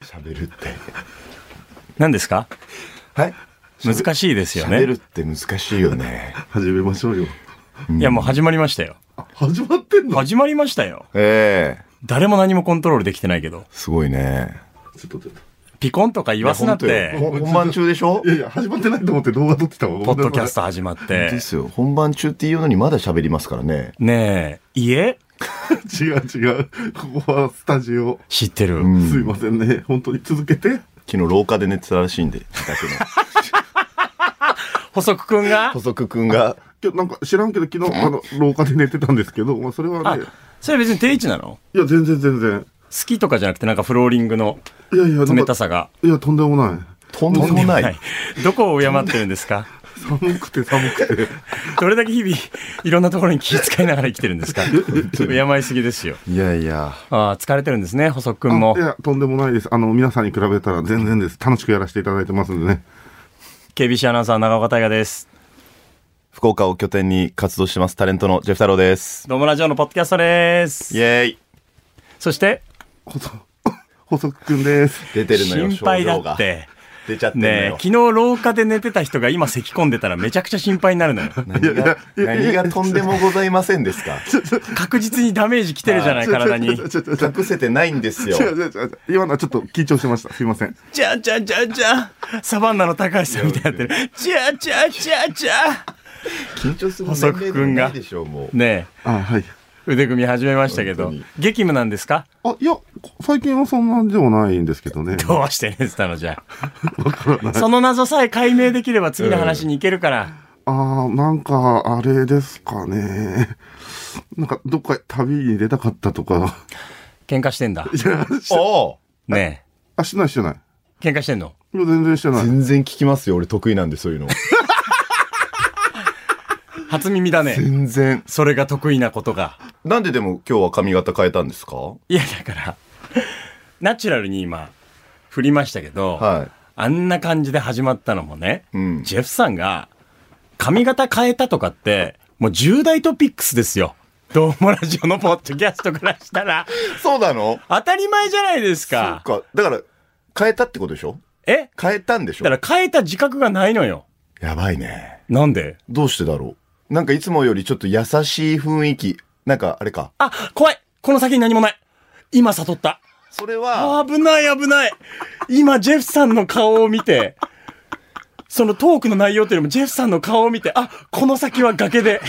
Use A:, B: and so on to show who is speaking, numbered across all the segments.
A: 喋るって。
B: 何ですか
A: はい
B: 難しいですよね
A: 喋るって難しいよね。
C: 始めましょうよ。
B: いやもう始まりましたよ。
C: あ始まってんの
B: 始まりましたよ。
A: ええ
B: 誰も何もコントロールできてないけど。
A: すごいね。
C: ちょっと待って
B: ピコンとか言わすなっ
A: いや
B: て、
A: 本当よ本番中でしょ
C: いやいや、始まってないと思って動画撮ってたわ。
B: ポッドキャスト始まっ
A: で
B: て。
A: すよ。本番中っていうのにまだ喋りますからね。
B: ねえ、家
C: ト。違う違う。ここはスタジオ。
B: 知ってる。
A: うん
C: すいませんね。本当に続けて。
A: 昨日廊下で寝てたらしいんで、自宅 の。
B: 細くくんが
A: 補足くんが。
C: 今日なんか知らんけど、昨日、あの、廊下で寝てたんですけど、まあ、それは
B: あ
C: ね、、
B: それ別に定位置なの
C: いや、全然全然。
B: 好きとかじゃなくてなんかフローリングの
C: いやいや、なんか
B: 冷たさが。
C: いや、とんでもない。
A: とんでもな
B: はいい。。どこを敬ってるんですか
C: 寒くて寒くて。
B: どれだけ日々、いろんなところに気遣いながら生きてるんですか敬いすぎですよ。
A: いやいや。
B: ああ、疲れてるんですね、細くんも
C: あい。や、とんでもないです。あの、皆さんに比べたら全然です。楽しくやらせていただいてますんでね。
B: KBC アナウンサー長岡大河です。
A: 福岡を拠点に活動してますタレントのジェフ太郎です。
B: どうもラジオのポッドキャストです
A: イ。ェーイ。
B: そして、
C: 細、細くくんです。
A: 出てるのよ、
B: 心配だ
A: 症状が
B: っ。て。
A: 出ちゃってんの
B: ねえ
A: よ。
B: 昨日廊下で寝てた人が今咳込んでたらめちゃくちゃ心配にな るのよ。
A: 何が、何がとんでもございません ですか
B: 確実にダメージ来てるじゃない、体に。
C: ちょちょちょ
A: 隠せてないんですよ
C: 違。う違う違う今のはちょっと緊張してました。すいません。
B: じゃあじゃあじゃあじゃあサバンナの高橋さんみたいになってる。じゃあじゃあじゃあじゃあ
A: 緊張する
B: 細くくん
A: 年齢でもな
B: が
A: いでしょう、もう。
B: ね
C: あ、は
B: え、
C: い。
B: 腕組み始めましたけど
A: 本当に、
B: 激務なんですか
C: あ、いや、最近はそんなんでもないんですけどね。
B: どうして寝てたのじゃあ。その謎さえ解明できれば次の話に行けるから。
C: あー、なんか、あれですかね。なんか、どっか旅に出たかったとか。
B: 喧嘩してんだ。
C: いや、し
A: お
B: ね
C: あ、してないしてない。
B: え。喧嘩してんの
C: いや全然して
A: お
C: ない。
A: 全然聞きますよ、俺得意なんで、そういうの。
B: 初耳だね。
A: 全然。
B: それが得意なことが。
A: なんででも今日は髪型変えたんですか
B: いや、だから、ナチュラルに今、振りましたけど、
A: は
B: あんな感じで始まったのもね、
A: うん
B: ジェフさんが、髪型変えたとかって、もう重大トピックスですよ。どうもラジオのポッドキャストからしたら、
A: い。そうなの
B: 当たり前じゃないです
A: そ
B: か
A: っ。か。だから、変えたってことでしょ
B: え
A: 変えたんでしょ
B: だから変えた自覚がないのよ。
A: やばいね。
B: なんで
A: どうしてだろうなんかいつもよりちょっと優しい雰囲気。なんか、あれか。
B: あ、怖いこの先に何もない今悟った
A: それは、
B: あ危ない危ない今、ジェフさんの顔を見て、そのトークの内容というよりも、ジェフさんの顔を見て、あ、この先は崖で、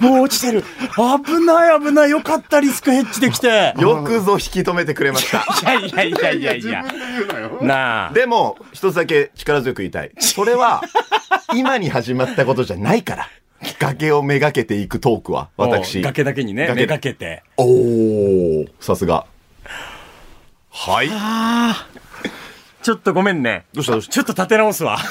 B: もう落ちてる。危ない危ない。よかった、リスクヘッジできて。
A: よくぞ引き止めてくれま した。
B: いやいやいやいやいや。なあ。
A: でも、一つだけ力強く言いたい。それ は、今に始まったことじゃないから。崖をめがけていくトークは、
B: も
A: 私。
B: う崖だけにね、
A: 崖
B: 目がけて。
A: おー、さすが。はい。
B: ちょっとごめんね。
A: どうしたどうし
B: ちょっと立て直すわ。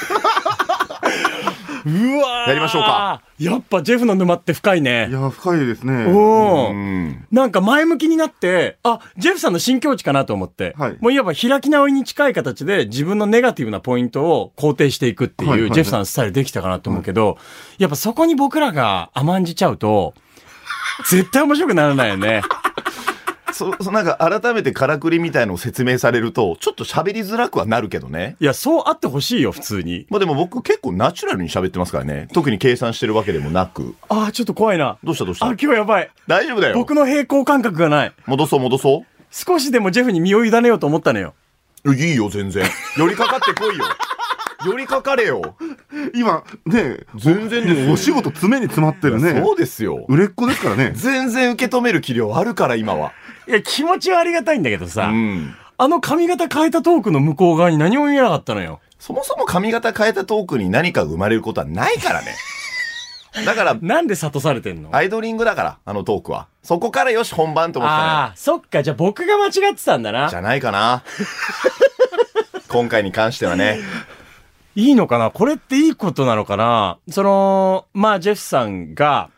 B: うわー
A: やりましょうか。
B: やっぱジェフの沼って深い
C: い
B: ね。
C: や、深いですね。
B: おお。
A: うん。
B: なんか前向きになって、あ、ジェフさんの新境地かなと思って、
C: はい
B: もういわば開き直りに近い形で自分のネガティブなポイントを肯定していくっていう、
C: はいはいはい
B: ジェフさんのスタイルできたかなと思うけど、やっぱそこに僕らが甘んじちゃうと、絶対面白くならないよ ね。
A: そ、そ、なんか改めてからくりみたいのを説明されると、ちょっと喋りづらくはなるけどね。
B: いや、そうあってほしいよ、普通に。
A: まあでも僕結構ナチュラルに喋ってますからね。特に計算してるわけでもなく。
B: ああ、ちょっと怖いな。
A: どうしたどうし
B: あ、
A: た
B: 今日やばい。
A: 大丈夫だよ
B: 僕。の平行感覚がない。
A: 戻そう戻そ
B: 少しでもジェフに身を委ねようと思ったのよ。
A: う。いやいいよ、全然。寄りかかってこ いよ。寄りかかれよ。
C: 今、ね、
A: 全然ですよ
C: もうお仕事詰めに詰まってるね。
A: そうですよ。
C: 売れっ子ですからね。
A: 全然受け止める気量あるから、今は。
B: いや、気持ちはありがたいんだけどさ、
A: ん。
B: あの髪型変えたトークの向こう側に何も見えなかったのよ。
A: そもそも髪型変えたトークに何か生まれることはないから ね。だから、
B: なんで諭されてんの
A: アイドリングだから、あのトークは。そこからよし、本番と思った
B: ああ、そっか、じゃあ僕が間違ってたんだ
A: ら、じ
B: な。
A: ゃないか な。今回に関してはね。
B: いいのかなこれっていいことなのかなその、まあ、ジェフさんが、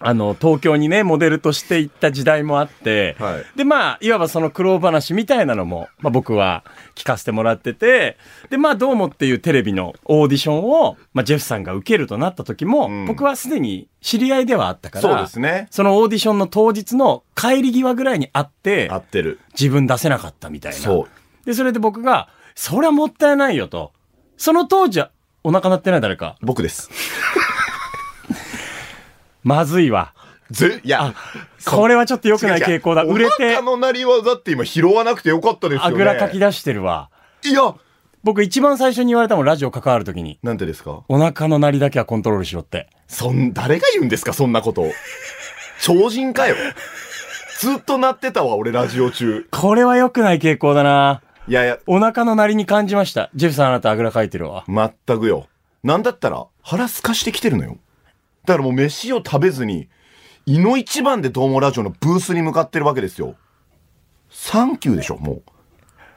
B: あの、東京にね、モデルとして行った時代もあって、
A: はい
B: で、まあ、いわばその苦労話みたいなのも、まあ僕は聞かせてもらってて、で、まあ、どうもっていうテレビのオーディションを、まあ、ジェフさんが受けるとなった時も、
A: うん
B: 僕はすでに知り合いではあったから、
A: そうですね。
B: そのオーディションの当日の帰り際ぐらいに会って
A: 合、ってる。
B: 自分出せなかったみたいな。
A: そう。
B: で、それで僕が、そりゃもったいないよと。その当時は、お腹鳴ってない誰か。
A: 僕です。
B: まずいわ。
A: ぜ、いや、
B: これはちょっと良くない
A: 違う違う
B: 傾向だ。売れ
A: お
B: て
A: 腹、のなりはだって今拾わなくてよかったですよね。
B: あぐらかき出してるわ。
A: いや、
B: 僕一番最初に言われたもん、ラジオ関わるときに。
A: なんてですか
B: お腹の鳴りだけはコントロールしろって。
A: そん、誰が言うんですかそんなこと。超人 かよ。ずっと鳴ってたわ、俺ラジオ中。
B: これは良くない傾向だない
A: やいや、
B: お腹の鳴りに感じました。ジェフさんあなたあぐらかいてるわ。
A: 全くよ。なんだったら、腹すかしてきてるのよ。だからもう飯を食べずに、いの一番でどうもラジオのブースに向かってるわけですよ。サンキューでしょ、もう。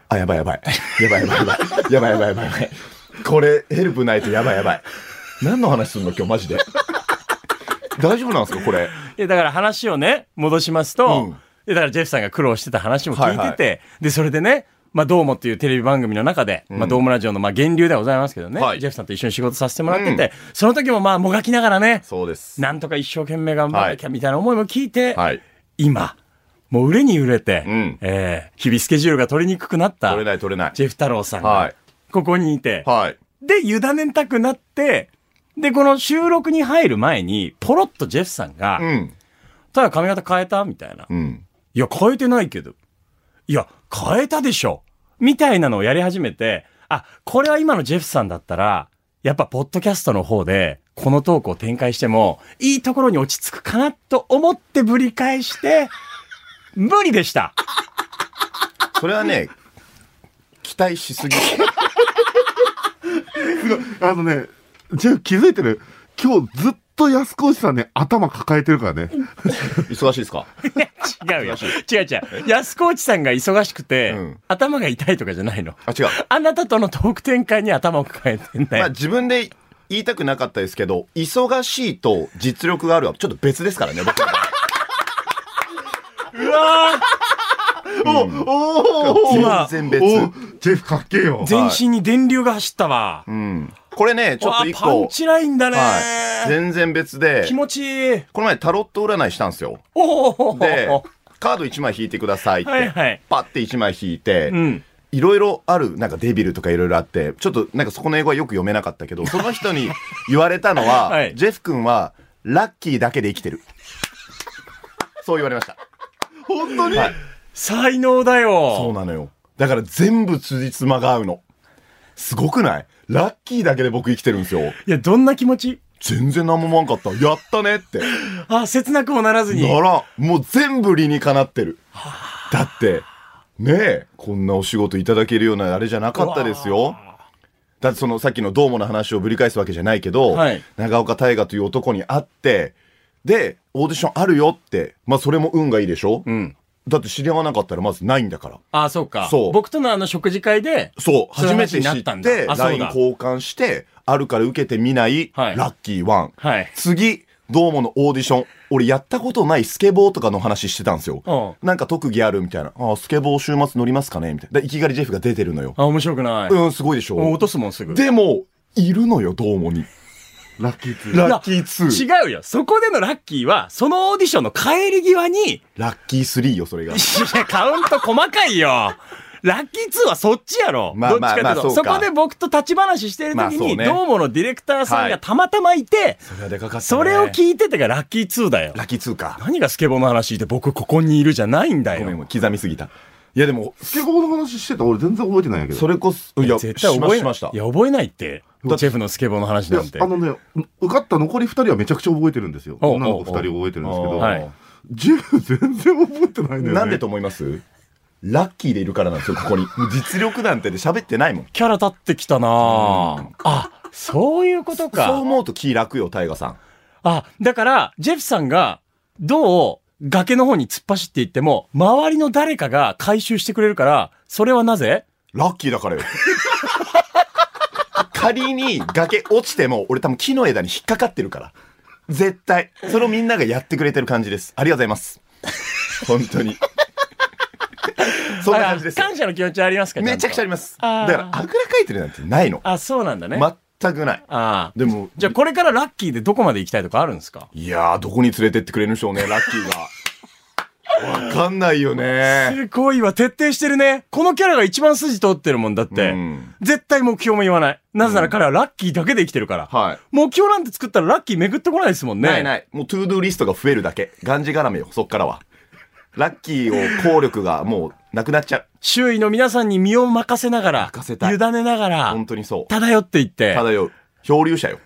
A: あ、やばいやばい。やばいやばいやばい。やばいやばいやばいやばい。これ、ヘルプないとやばいやばい。何の話すんの今日マジで。大丈夫なんですかこれ。
B: いや、だから話をね、戻しますと、
A: うん
B: でだからジェフさんが苦労してた話も聞いてて、
A: はい
B: で、それでね、まあ、どうもっていうテレビ番組の中で、まあ、どうもラジオの、まあ、源流ではございますけどね、
A: はい
B: ジェフさんと一緒に仕事させてもらってて、
A: うん
B: その時もまあ、もがきながらね、
A: そうです。
B: なんとか一生懸命頑張らなきゃみたいな思いも聞いて、
A: はい。
B: 今、もう売れに売れて、
A: うん
B: えー日々スケジュールが取りにくくなった
A: 取、れない取れない。
B: ジェフ太郎さんが、
A: はい
B: ここにいて、
A: はい。
B: で、委ねたくなって、で、この収録に入る前に、ポロッとジェフさんが、
A: うん。
B: ただ髪型変えたみたいな。
A: うん。
B: いや、変えてないけど。いや、変えたでしょ。みたいなのをやり始めて、あ、これは今のジェフさんだったら、やっぱ、ポッドキャストの方で、このトークを展開しても、いいところに落ち着くかなと思ってぶり返して、無理 でした。
A: それはね、期待しすぎ。
C: あのね、ジェフ気づいてる今日ずっと安越さんね、頭抱えてるからね。
A: 忙しいですか
B: 違うよ。違う違う。安河内さんが忙しくて、
A: うん
B: 頭が痛いとかじゃないの。
A: あ、違う。
B: あなたとのトーク展開に頭を抱えてんだ
A: まあ
B: よ。
A: 自分で言いたくなかったですけど、忙しいと実力があるはちょっと別ですからね、僕は。
B: うわ
C: おお
B: 今
A: 全然
C: お
A: 別。
C: ジェフかっけえよ。
B: 全身に電流が走ったわ。
A: うん。これね、ちょっと一
B: わパン
A: 個。
B: チラインだね、
A: はい。全然別で
B: 気、持ちいい。
A: この前タロット占いしたんですよ。
B: おお
A: で、カード1枚引いてくださいって。
B: はいはい
A: パッて1枚引いて、
B: うん。
A: いろいろある、なんかデビルとかいろいろあって、ちょっとなんかそこの英語はよく読めなかったけ ど、その人に言われたのは、
B: はい
A: ジェフ君はラッキーだけで生きてる。そう言われました。
C: 本当に
A: はい。
B: 才能だ
A: そう
B: よ。
A: なのよ。だから全部辻褄が合うの。すごくないラッキーだけで僕生きてるんですよ。
B: いや、どんな気持ち
A: 全然何も思わんかった。やったね って。
B: あ、切なくもならずに。
A: ならん、もう全部理にかなってる。だって、ねえ、こんなお仕事いただけるようなあれじゃなかったですよ。だってそのさっきのどうもの話をぶり返すわけじゃないけど、
B: はい
A: 長岡大河という男に会って、で、オーディションあるよって、まあそれも運がいいでしょ、
B: うん。
A: だって知り合わなかったらまずないんだから。
B: あ、そうか。
A: そう
B: 僕とのあの食事会で、
A: そう、
B: そう
A: 初め
B: いう話
A: て
B: に
A: 知
B: なっ
A: った
B: ん
A: て、
B: だ
A: LINE
B: あそうだ
A: 交換して、あるから受けてみない、
B: はい
A: ラッキーワン。
B: はい。
A: 次、どうものオーディション。俺やったことないスケボーとかの話してたんですよ。
B: う
A: なんか特技あるみたいな。ああ、スケボー週末乗りますかねみたいな。でいきがりジェフが出てるのよ。
B: あ、面白くない。
A: うん、すごいでし
B: もう
A: ょ
B: 落。とすもんすぐ。
A: でも、いるのよ、どうもに。
C: ラッキーツー。
A: ラッキー2。
B: 違うよ。そこでのラッキーは、そのオーディションの帰り際に、
A: ラッキー3よ、それが。
B: いや、カウント細かい よ。ラッキー2はそっちやろ。
A: まあまあ
B: どっちかっていうと
A: まあそうか
B: そこで僕と立ち話してる
A: まあ
B: 時
A: そ
B: に、
A: うね
B: どうものディレクターさん
A: は
B: が
A: い
B: たまたまいて、
A: それはでかかった、ね。
B: それを聞いててがラッキー2だよ。
A: ラッキー2か。
B: 何がスケボーの話で僕ここにいるじゃないんだ
A: ごめん、も
B: よ。
A: う刻みすぎた。いや、でも、
C: スケボーの話してた俺全然覚えてないんやけど。
A: それこそ、いや、
B: 絶対覚え
A: し
B: な
A: ま
B: い。
A: した
B: い。や、覚えないって。ジ
A: だって
B: ェフのスケボーの話
C: いや
B: なんて。
C: あのね、受かった残り2人はめちゃくちゃ覚えてるんですよ。
B: おう
C: 女の子2人覚えてるんですけ
A: おうお
C: ど、
A: う
B: はい
C: ジェフ全然覚えてないんだよね。
A: なんでと思いますラッキーでいるからなんですよ、ここに。もう実力なんてで喋ってないもん。
B: キャラ立ってきたなぁあ、そういうことか。
A: そう思うと気楽よ、タイガさん。
B: あ、だから、ジェフさんが、どう、崖の方に突っ走っていっても、周りの誰かが回収してくれるから、それはなぜ
A: ラッキーだからよ。 仮に崖落ちても、俺多分木の枝に引っかかってるから。絶対。それをみんながやってくれてる感じです。ありがとうございます。本当に。そんな感じです
B: あ
A: よ。
B: 感謝の気持ちはありますか
A: めちゃくちゃあり
B: ま
A: ます。だ
B: あー
A: から、あぐらかいてるなんてないの。
B: す。あ、そうなんだね。
A: 全くない。
B: ああ。
A: でも、
B: じゃあ、これからラッキーでどこまで行きたいとかあるんですか
A: いやー、どこに連れてってくれるんでしょうね、ラッキーが。わかんないよね。
B: すごいわ、徹底してるね。このキャラが一番筋通ってるもんだって。
A: うん
B: 絶対目標も言わない。なぜなら彼はラッキーだけで生きてるから。
A: はい。
B: 目標なんて作ったらラッキー巡ってこないですもんね。
A: ない
B: い。
A: ない。もうトゥードゥーリストが増えるだけ。がんじがらめよ、そっからは。ラッキーを効力がもうなくなっちゃう。
B: 周囲の皆さんに身を任せながら、
A: 任せたい
B: 委ねながら、
A: 本当にそう。
B: 漂っていって。
A: 漂う。漂流者よ。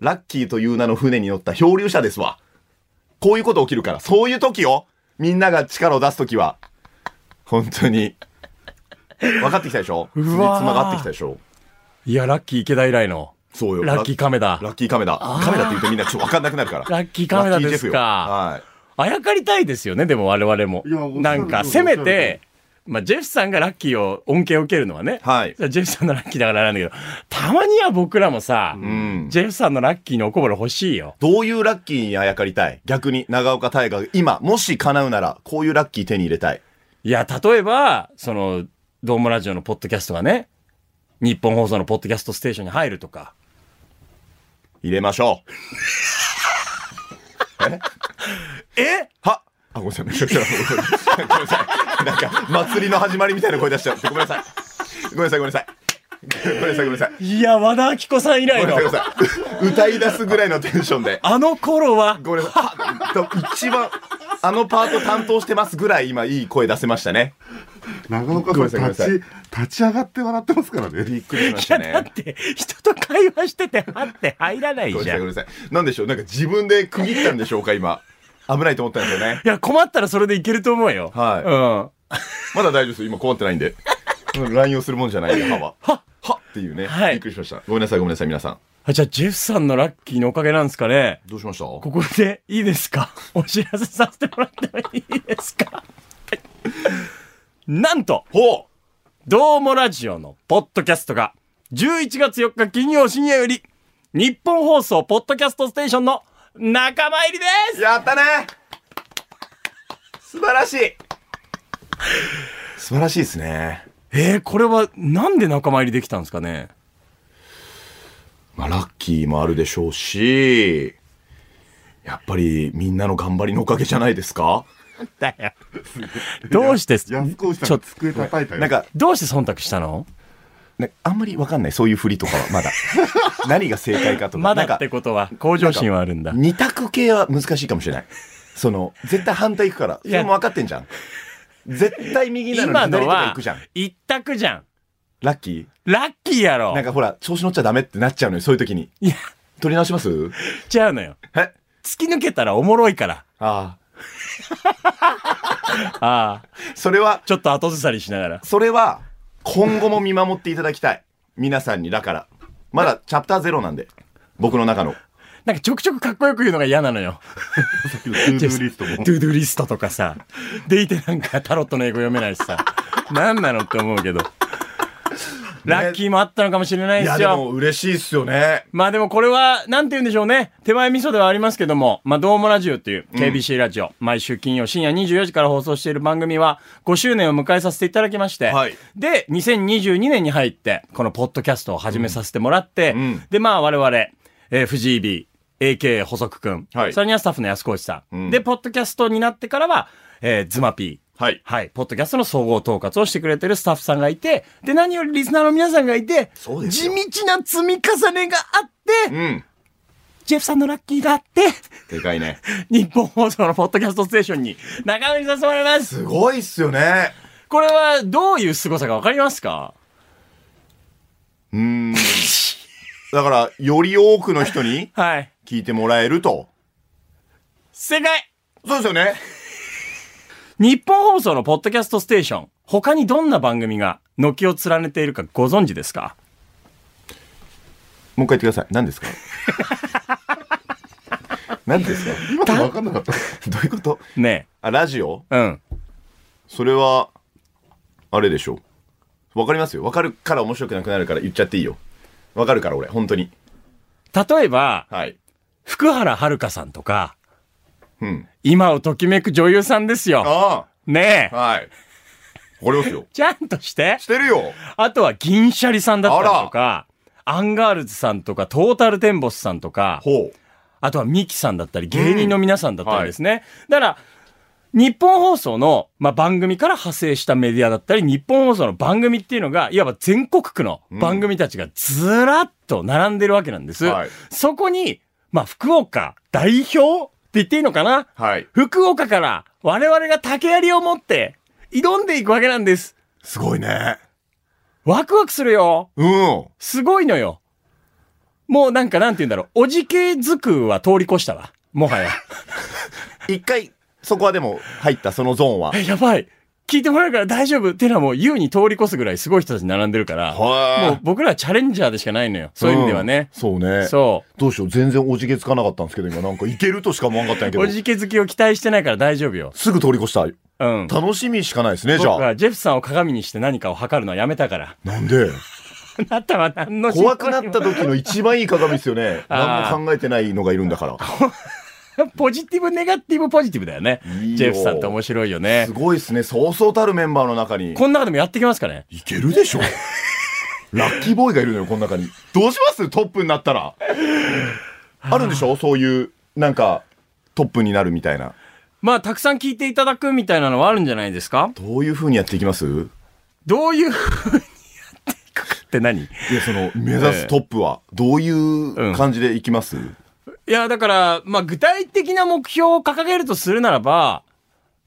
A: ラッキーという名の船に乗った漂流者ですわ。こういうこと起きるから、そういう時よ。みんなが力を出す時は。本当に。分かってきたでしょつ
B: うわー
A: まがってきたでしょ
B: いや、ラッキー池田以来の、
A: そうよ。
B: ラッキー亀田。
A: ラッキーカメダ。カメダって言うとみんなちょっと分かんなくなるから。
B: ラッキーカメダですか
A: ラッキーですよ
B: あやかりたいですよね、でも我々も
C: いやおっしゃる通。り
B: なんか、
C: おっし
B: せ
C: ゃる
B: め
C: 通り
B: て、まあ、ジェフさんがラッキーを恩恵を受けるのはね。
A: はい。はい。
B: じゃあジェフさんのラッキーだからあれなんだけど、たまには僕らもさ、
A: うん。
B: ジェフさんのラッキーにおこぼれ欲しいよ。
A: どういうラッキーにあやかりたい逆に長岡大河が今、もし叶うなら、こういうラッキー手に入れたい。
B: いや、例えば、その、ドームラジオのポッドキャストがね、日本放送のポッドキャストステーションに入るとか。
A: 入れましょう。え
B: え
A: はあ、ごめんなさい。めちゃくちゃなごめんなさい。なんか、祭りの始まりみたいな声出しちゃって、ごめんなさい。ごめんなさい、ごめんなさい。ごめんなさい、ごめんなさい。
B: いや、和田アキ子さん以
A: ごめ
B: 来
A: んな
B: の
A: さい、、ごめんなさい。歌い出すぐらいのテンションで。
B: あの頃は、
A: ごめん なさい。は一番、あのパート担当してますぐらい今いい声出せましたね。
C: 長
A: ごめんな
C: 岡
A: さ
C: さ
A: いごめん
C: ん
A: な
C: 立
A: さい
C: ち、立ち上がって笑ってますからね。
A: びっくりしまし
B: いや、
A: た
B: だっ
A: ね。
B: て、人と会話してて、はって入らない
A: ごめん
B: じ
A: なさい、
B: ゃん
A: ご。めんなさい。なんでしょうなんか自分で区切ったんでしょうか、今。危ないと思ったんですよね。
B: いや、困ったらそれでいけると思うよ。
A: はい
B: い。
A: まだ大丈夫ですよ。今困ってないんで。うん乱用するもんじゃないよ、歯は。ははっていうね。
B: はい
A: びっくりしました。ごめんなさい、ごめんなさい、皆さん。
B: うん。じゃあ、ジェフさんのラッキーのおかげなんですかね。
A: どうしました
B: ここでいいですかお知らせさせてもらってもいいですかなんと、
A: ほ
B: どうもラジオのポッドキャストが、11月4日金曜深夜より、日本放送ポッドキャストステーションの仲間入りで
A: う
B: す
A: やったね素晴らしい素晴らしいですね。
B: えー、これはなんで仲間入りできたんですかね
A: まあ、ラッキーもあるでしょうし、やっぱりみんなの頑張りのおかげじゃないですか
B: だよ。どうして、
C: 安子
B: ち
C: さ
B: ょ
C: んが机叩いたよ。
A: なん、か、
B: どうして忖度したの
A: ねあんまりわかんない。そういう振りとかは、 まだ。何が正解かとか。
B: ま
A: なん
B: だ
A: か
B: ってことは、向上心はあるんだ。
A: 二択系は難しいかもしれない。その、絶対反対行くから。そ
B: や
A: れも分かってんじゃん。絶対右なのに
B: 今
A: 左と
B: の
A: か行
B: は
A: くじゃん。、
B: 一択じゃん。
A: ラッキ
B: ラッキーやろ
A: ーなんかほら、調子乗っちゃダメってなっちゃうのよ、そういう時に。
B: いや、
A: 取り直します
B: ちゃうのよ。
A: え
B: 突き抜けたらおもろい から。
A: ああ。
B: ああ。
A: それは、
B: ちょっと後ずさりしながら。
A: それは、今後も見守っていただきたい。皆さんに、だから。まだチャプターゼロなんで。僕の中の。
B: なんかちょくちょくかっこよく言うのが嫌なのよ。
C: さっきのトゥードゥーリスト
B: ト
C: も。
B: ゥードゥーリストとかさ。でいてなんかタロットの英語読めないしさ。なんなのって思うけど。ラッキーもあったのかもしれない
A: い
B: で
A: や、
B: す
A: で
B: よ。
A: も嬉しいっすよね。
B: まあでもこれは、なんて言うんでしょうね。手前味噌ではありますけども、まあどうもラジオっていう KBC ラジオ、毎週金曜深夜24時から放送している番組は5周年を迎えさせていただきまして、
A: はい
B: で、2022年に入って、このポッドキャストを始めさせてもらって、
A: うんうん
B: で、まあ我々、えー、藤井 B、AK 補足くん、
A: はい
B: それにはスタッフの安越さん、
A: うん
B: で、ポッドキャストになってからは、えー、ズマピー、
A: はい。
B: はい。ポッドキャストの総合統括をしてくれてるスタッフさんがいて、で、何よりリスナーの皆さんがいて、
A: そうです
B: 地
A: よ
B: 道な積み重ねがあって、
A: うん。
B: ジェフさんのラッキーがあって、
A: でかいね。
B: 日本放送のポッドキャストステーションに仲間に誘われます。
A: すごいっすよね。
B: これはどういう凄さかわかりますか
A: うーん。だから、より多くの人に、
B: はい。
A: 聞いてもらえると。
B: 正解
A: そうですよね。
B: 日本放送のポッドキャストステーション、他にどんな番組が軒を連ねているかご存知ですか
A: もう一回言ってください。何ですか何ですか
C: 今の分かんなかった。
A: どういうこと
B: ね
A: あ、ラジオ
B: え。うん。
A: それは、あれでしょう。わかりますよ。わかるから面白くなくなるから言っちゃっていいよ。わかるから俺、本当に。
B: 例えば、
A: はい。
B: 福原遥さんとか、
A: うん。
B: 今をときめく女優さんですよ。
A: あ
B: ね
A: あ、
B: え。
A: はい。わかりますよ。
B: ちゃんとして。
A: してるよ。
B: あとは銀シャリさんだったりとか、アンガールズさんとか、トータルテンボスさんとか、
A: ほう。
B: あとはミキさんだったり、芸人の皆さんだったりですね。だから、日本放送の、まあ、番組から派生したメディアだったり、日本放送の番組っていうのが、いわば全国区の番組たちがずらっと並んでるわけなんです。
A: はい
B: そこに、まあ、福岡代表って言っていいのかな
A: はい。
B: 福岡から我々が竹槍を持って挑んでいくわけなんです。
A: すごいね。
B: ワクワクするよ。
A: うん。
B: すごいのよ。もうなんかなんて言うんだろう。おじけづくは通り越したわ。もはや。
A: 一回、そこはでも入った、そのゾー ンは。
B: え、やばい。聞いてもらえるから大丈夫ってのはもう優に通り越すぐらいすごい人たち並んでるから、も
A: は
B: う僕らはチャレンジャーでしかないのよ。そういう意味ではね。
A: そうね。
B: そ
A: どうしよう、全然おじけつかなかったんですけど、今なんかいけるとしか思わんかったんやけ
B: う。
A: ど
B: お。じけづきを期待してないから大丈夫よ。
A: すぐ通り越した。
B: うん。
A: 楽しみしかないですね、じ
B: 僕
A: ゃあ。
B: はジェフさんを鏡にして何かを測るのはやめたから。
A: なんで
B: あなたは 何の心
A: 怖
B: 配
A: くなった
B: も
A: 時の一番いい鏡ですよね。
B: あー
A: 何も考えてないのがいるんだから。
B: ポジティブ、ネガティブ、ポジティブだよね。
A: いいよ
B: ジェフさんって面白いよ ね
A: す。ごいですね。そうそうたるメンバーの中に。
B: この中でもやってきますかね
A: いけるで しょラッキーボーイがいるのよ、この中に。どうしますトップになったら。あるんでしょそういう、なんか、トップになるみたいな。
B: まあ、たくさん聞いていただくみたいなのはあるんじゃないですか
A: どういう風にやっていきます
B: どういうふうにやっていくかって何
A: いや、その、目指すトップは、どういう感じでいきます、
B: いや、だから、まあ、具体的な目標を掲げるとするならば、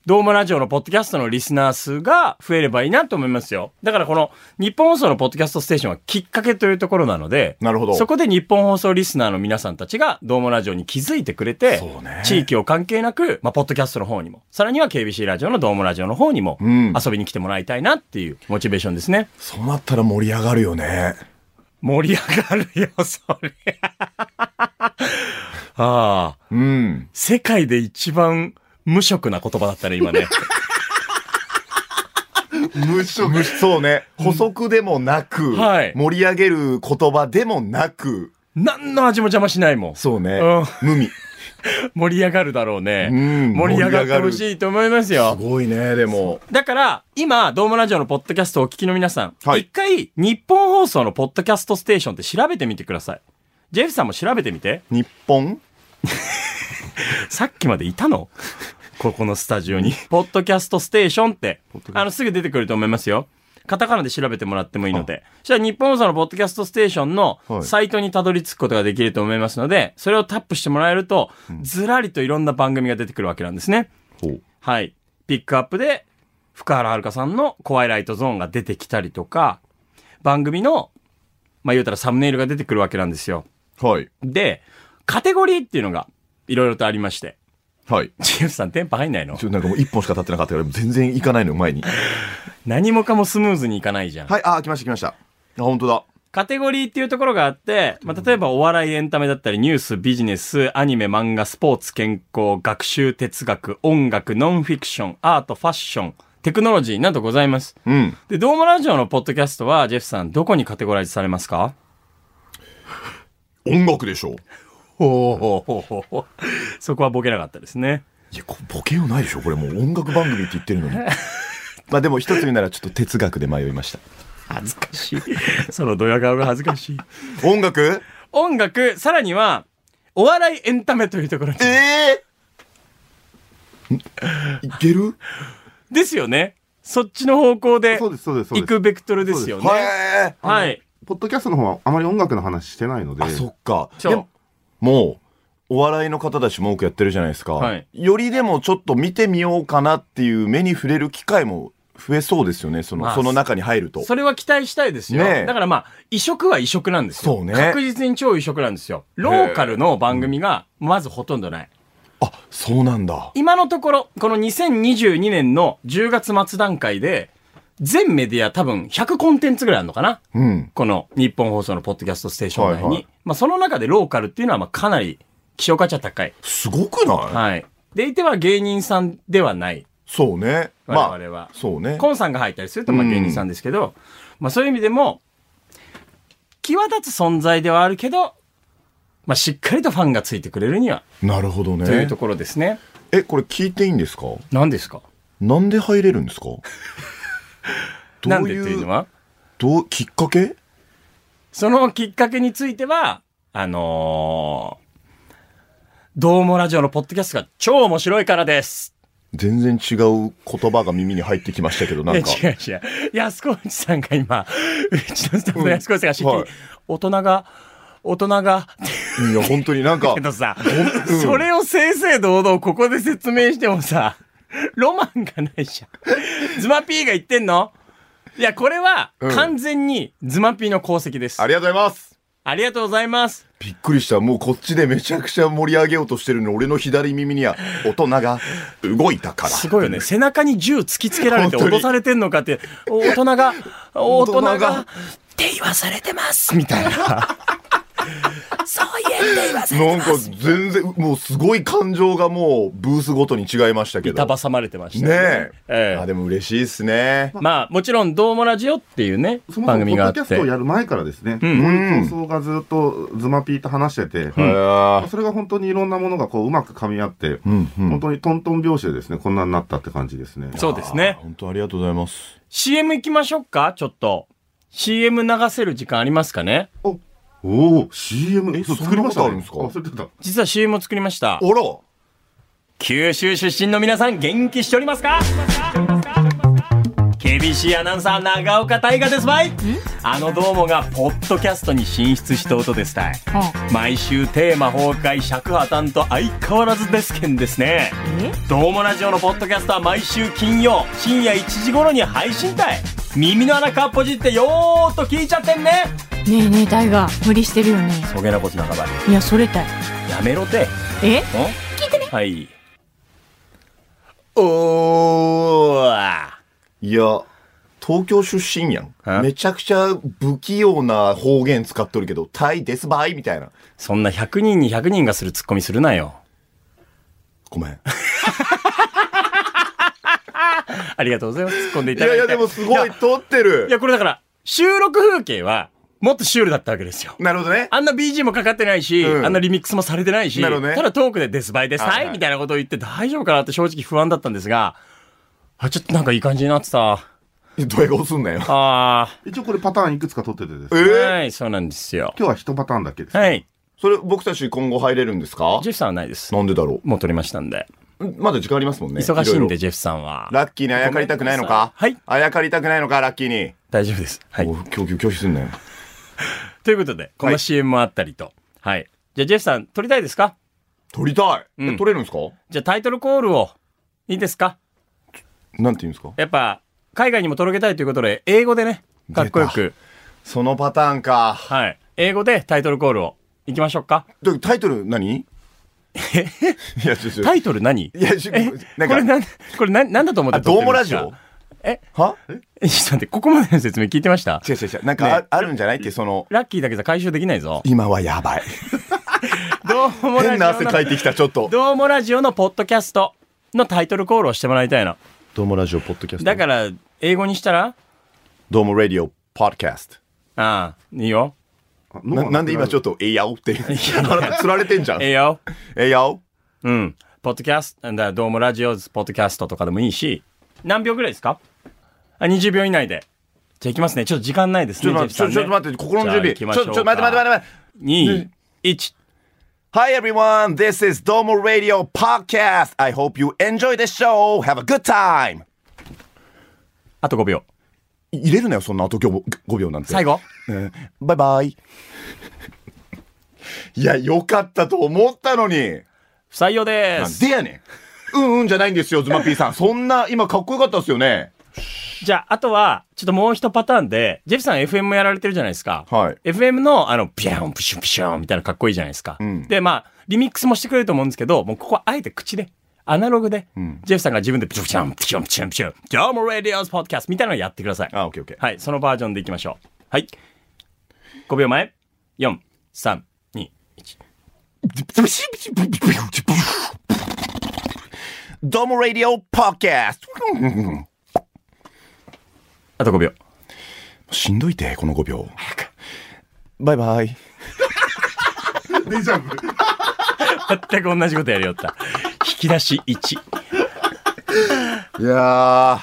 B: ドームラジオのポッドキャストのリスナー数が増えればいいなと思いますよ。だからこの日本放送のポッドキャストステーションはきっかけというところなので、
A: なるほど
B: そこで日本放送リスナーの皆さんたちがドームラジオに気づいてくれて、
A: そうね
B: 地域を関係なく、まあ、ポッドキャストの方にも、さらには KBC ラジオのドームラジオの方にも、
A: ん
B: 遊びに来てもらいたいなっていうモチベーションですね。
A: そうなったら盛り上がるよね。
B: 盛り上がるよ、それ。 ああ。
A: うん。
B: 世界で一番無色な言葉だったね、今ね。
A: 無視無視そうね。補足でもなく、
B: はい
A: 盛り上げる言葉でもなく、
B: 何の味も邪魔しないもん。
A: そうね。
B: う
A: 無味。
B: 盛り上がるだろうね。
A: うん
B: 盛り上がってほしいと思います
A: す
B: よ。
A: ごいね、でも。
B: だから、今、ドームラジオのポッドキャストをお聞きの皆さん、
A: はい
B: 一回、日本放送のポッドキャストステーションって調べてみてください。ジェフさんも調べてみて。
A: 日本
B: さっきまでい たのここのスタジオに。ポッドキャストステーションって、あの、すぐ出てくると思いますよ。カタカナで調べてもらってもいいので。そしたら日本放送のポッドキャストステーションの
A: はい
B: サイトにたどり着くことができると思いますので、それをタップしてもらえると、ずらりといろんな番組が出てくるわけなんですね。
A: ほう。
B: はい。ピックアップで、福原遥さんの怖いライトゾーンが出てきたりとか、番組の、まあ、言うたらサムネイルが出てくるわけなんですよ。
A: はい。
B: で、カテゴリーっていうのが、いろいろとありまして。
A: はい。
B: ジェフさん、テンパ入んないの
A: ちょっとなんかもう一本しか立ってなかったから、全然行かないのよ、前に。
B: 何もかもスムーズにいかないじゃん。
A: はい、あ、来ました来ました。あ、本当だ。
B: カテゴリーっていうところがあって、まあ、例えばお笑い、エンタメだったり、ニュース、ビジネス、アニメ、漫画、スポーツ、健康、学習、哲学、音楽、ノンフィクション、アート、ファッション、テクノロジーなどございます。
A: うん。
B: で、ドームラジオのポッドキャストは、ジェフさん、どこにカテゴライズされますか
A: 音楽でしょ。
B: ほうほうほうほう。そこはボケなかったですね。
A: いや、こボケようないでしょ、これもう音楽番組って言ってる のに。まあでも一つにならちょっと哲学で迷いました。
B: 恥ずかしい。 そのドヤ顔が恥ずかしい。
A: 音楽
B: 音楽、さらには、お笑い、エンタメというところに
A: ええんいける
B: ですよね。そっちの方向で
C: そうです、そうです、そう
B: 行
C: です。
B: くベクトルですよね。
A: はい。
B: はい。
C: ポッドキャストの方はあまり音楽の話してないので。
A: あ、そっか。
B: そう
A: でも、もう、お笑いの方たちも多くやってるじゃないですか。
B: はい
A: よりでもちょっと見てみようかなっていう目に触れる機会も増えそうですよね、その、
B: まあ
A: その中に入ると。
B: それは期待したいですよ。
A: ねえ
B: だからまあ、移植は移植なんですよ。
A: そうね
B: 確実に超移植なんですよ。ローカルの番組が、まずほとんどない。
A: あ、そうなんだ。
B: 今のところ、この2022年の10月末段階で、全メディア多分100コンテンツぐらいあるのかな
A: うん。
B: この日本放送のポッドキャストステーション内に。
A: はいはい
B: まあその中でローカルっていうのはまあかなり希少価値は高い。
A: すごくない、
B: はい。でいては芸人さんではない。
A: そうね。
B: 我々は
A: まあ、そうね。
B: コンさんが入ったりするとまあ芸人さんですけど、まあそういう意味でも、際立つ存在ではあるけど、まあしっかりとファンがついてくれるには、
A: なるほど
B: という
A: ね
B: と。ころですね。
A: え、これ聞いていいんですか
B: 何ですか
A: なんで入れるんですかど
B: なん
A: う
B: で
A: い
B: と
A: う
B: いうのは
A: どう、きっかけ
B: そのきっかけについては、あのー、どうもラジオのポッドキャストが超面白いからです。
A: 全然違う言葉が耳に入ってきましたけど、
B: い
A: な
B: や
A: んか。
B: 違う違う。安子内さんが今、うちのスタッフの安子内さんが知って、
A: はい
B: 大人が、大人が、
A: いや、本当に なんか
B: け、どさ、それを正々堂々ここで説明してもさ、ロマンがないじゃん。ズマピーが言ってんのいや、これは
A: うん
B: 完全にズマピーの功績です。
A: ありがとうございます。
B: ありがとうございます。
A: びっくりした。もうこっちでめちゃくちゃ盛り上げようとしてるのに、俺の左耳には大人が動いたから。
B: すごいよね。背中に銃突きつけられて
A: 本当に
B: 脅されてんのかって、お大人が、大
A: 大
B: 人
A: 人が
B: が、って言わされてますみたいな。そう言って言わされて
A: なん
B: ま
A: か
B: す。
A: 全然、もうすごい感情がもうブースごとに違いましたけど。
B: 板挟まれてました
A: ねえ。
B: ええ
A: あでも嬉しいですね。
B: まあ、もちろん、どうもラジオっていうね、
C: そもそ
B: 番
C: もポ
B: 組
C: ッ
B: があ
C: ド
B: っ
C: キ
B: て
C: ャ。ストをやる前からですね、森構想がずっとズマピーと話してて、
A: へー
C: それが本当にいろんなものがこううまく噛み合って、
A: んうん
C: 本当にトントン拍子でですね、こんなになったって感じですね。
B: そうですね。
A: 本当ありがとうございます。
B: CM 行きましょうかちょっと。CM 流せる時間ありますかね
C: おおー CM、え、そう
A: そんな
C: 作りました、
A: ことあ
C: ね、
A: るんですか
C: 忘れてた。
B: 実は CM を作りました。
A: おら
B: 九州出身の皆さん元気しておりますか KBC アナウンサー長岡大河ですばいあのどうもがポッドキャストに進出した音ですたい毎週テーマ崩壊尺破綻と相変わらずですけんですねどうもラジオのポッドキャストは毎週金曜深夜1時頃に配信たい耳の穴かっぽじってよーっと聞いちゃってんね
D: ねえねえ大河無理してるよね
B: そげなことなかばり
D: いやそれたい
B: やめろて
D: え
B: 聞いてねはいおー
A: いや、東京出身や
B: え
A: ん。めちゃくちゃ不器用な方言使っとるけど、タイですばいみたいな。
B: そんな100人に100人がするツッコミするなよ。
A: ごめん。
B: ありがとうございます。突っ込んでい
A: い
B: ただ
A: や
B: いて。
A: いや、でもすごい
B: や。
A: 撮って
B: い
A: る。
B: や、これだから、収録風景は、もっとシュールだったわけですよ。
A: なるほどね。
B: あんな BG もかかってないし、
A: うん
B: あんなリミックスもされてないし、
A: なるほどね
B: ただトークでデスバイデス
A: はい
B: は
A: はい
B: いみたいなことを言って大丈夫かなって正直不安だったんですが、あ、ちょっとなんかいい感じになってた。
A: ドヤ顔すんなよ。
B: あ
C: 一応これパターンいくつか取っててです
A: え
C: ね、
B: ー。
A: ー
B: はい、そうなんですよ。
C: 今日は一パターンだけです。
B: はい。
A: それ僕たち今後入れるんですか
B: ジェフさんはないです。
A: なんでだろ
B: もう取りましたんで。
A: う。まだ時間ありますもんね。
B: 忙しい
A: ろ
B: ん
A: ろ
B: で、ジェフさんは。
A: ラッキーにあやかりたくないのか
B: ごめんな
A: あやかりたくないのかラッキーに。
B: 大丈夫です。はい。
A: お供給拒否すんなよ。
B: ということで、こんな CM もあったりと。はい。じゃあ、ジェフさん、撮りたいですか
A: 撮りたい。
B: うん
A: え撮れるんですか
B: じゃあ、タイトルコールを。いいですか
A: なんて言うんですか
B: やっぱ、海外にも届けたいということで、英語でね、かっこよく。
A: そのパターンか。
B: はい。英語でタイトルコールを。いきましょうか。
A: でタイトル何いや、ちょっと。
B: タイトル何
A: いや、ちょ
B: え、
A: なん
B: これ
A: か、
B: なん、これなん、なんだと思って
A: あ、どうもラジオ
B: え
A: は
B: え、ちょっと待って、ここまでの説明聞いてました
A: 違う違う違う。なんかあ、あるんじゃないって、その、
B: ラッキーだけじゃ回収できないぞ。
A: 今はやばい。
B: どうもラ
A: 変
B: ジ
A: な
B: オ
A: 汗
B: の
A: かいてきた、ちょっと。
B: どうもラジオのポッドキャストのタイトルコールをしてもらいたいの。
A: どうもラジオ、ポッドキャス、
B: だからら、英語にしたら
A: どうもラジオ、ポッドキャスト。
B: ああ、いいよ。
C: あ
A: ななんで今ちょっ
C: と。
A: と、えいやおって。あなた、釣られてんじゃん。
B: えい
A: え
B: よ。
A: いやお。
B: うん。ポッドキャスト、だどうもラジオズ、ポッドキャストとかでもいいし、何秒ぐらいですかあ、20秒以内で。じゃあいきますね。ちょっと時間ないです
A: ちょ
B: ね。
A: っと待って、ちょちょっと待って、心の準備。ち
B: じゃ
A: ょ
B: あ行きましょう
A: ちょっと待って、待って、待って。
B: 2、1。
A: Hi everyone, this is Domo Radio Podcast. I hope you enjoy the show. Have a good time.
B: あと5秒。
A: 入れるなよ、そんなあと5秒5秒なんて。
B: 最後。
A: うんバイバイ。いや、よかったと思ったのに。
B: 不採用で
A: なん
B: す。
A: でやねん。うんうんじゃないんですよ、ズマピーさん。そんな、今かっこよかったですよね。
B: じゃあ、あとは、ちょっともう一パターンで、ジェフさん FM もやられてるじゃないですか。
A: はい
B: FM の、あの、ピャン、プシュン、ピシュンみたいなかっこいいじゃないですか。
A: ん
B: で、まあ、リミックスもしてくれると思うんですけど、もうここはあえて口で、アナログで、ジェフさんが自分でプシュン、ピシュン、ピシュン、ピシュン、ピシュン、どうもラディオズポッドキャストみたいなのやってください。
A: あ、オッケーオッケー。
B: はい、そのバージョンでいきましょう。はい。5秒前。4、3、2、1。
A: ドモ Radio Podcast。
B: あと5秒。
A: しんどいて、この5秒。バイバイ。
C: デジャブ。
B: 全く同じことやりよった。引き出し1。
A: いや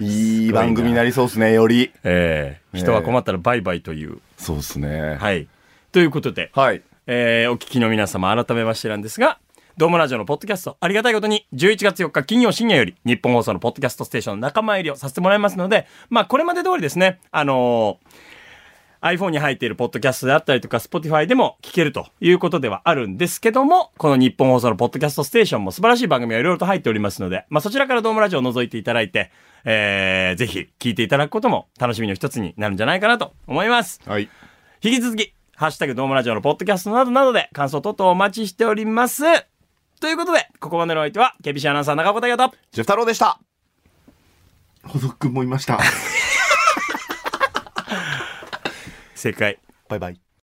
A: ー、いい番組になりそうですね、より。
B: えー、人は困ったらバイバイという。
A: そうですね。
B: はい。ということで、
A: はい。
B: えー、お聞きの皆様、改めましてなんですが、ドームラジオのポッドキャスト、ありがたいことに、11月4日金曜深夜より、日本放送のポッドキャストステーションの仲間入りをさせてもらいますので、まあ、これまで通りですね、あのー iPhone に入っているポッドキャストであったりとか、Spotify でも聞けるということではあるんですけども、この日本放送のポッドキャストステーションも素晴らしい番組がいろいろと入っておりますので、まあそちらからドームラジオを覗いていただいて、えー、ぜひ聞いていただくことも楽しみの一つになるんじゃないかなと思います。
A: はい。
B: 引き続き、ハッシュタグドームラジオのポッドキャストなどなどで感想等々お待ちしております。ということで、ここまでのお相手は、ケビシアナウンサー中岡大和と、
A: ジェフ太郎でした。
C: 補足もいました。
B: 正解。
A: バイバイ。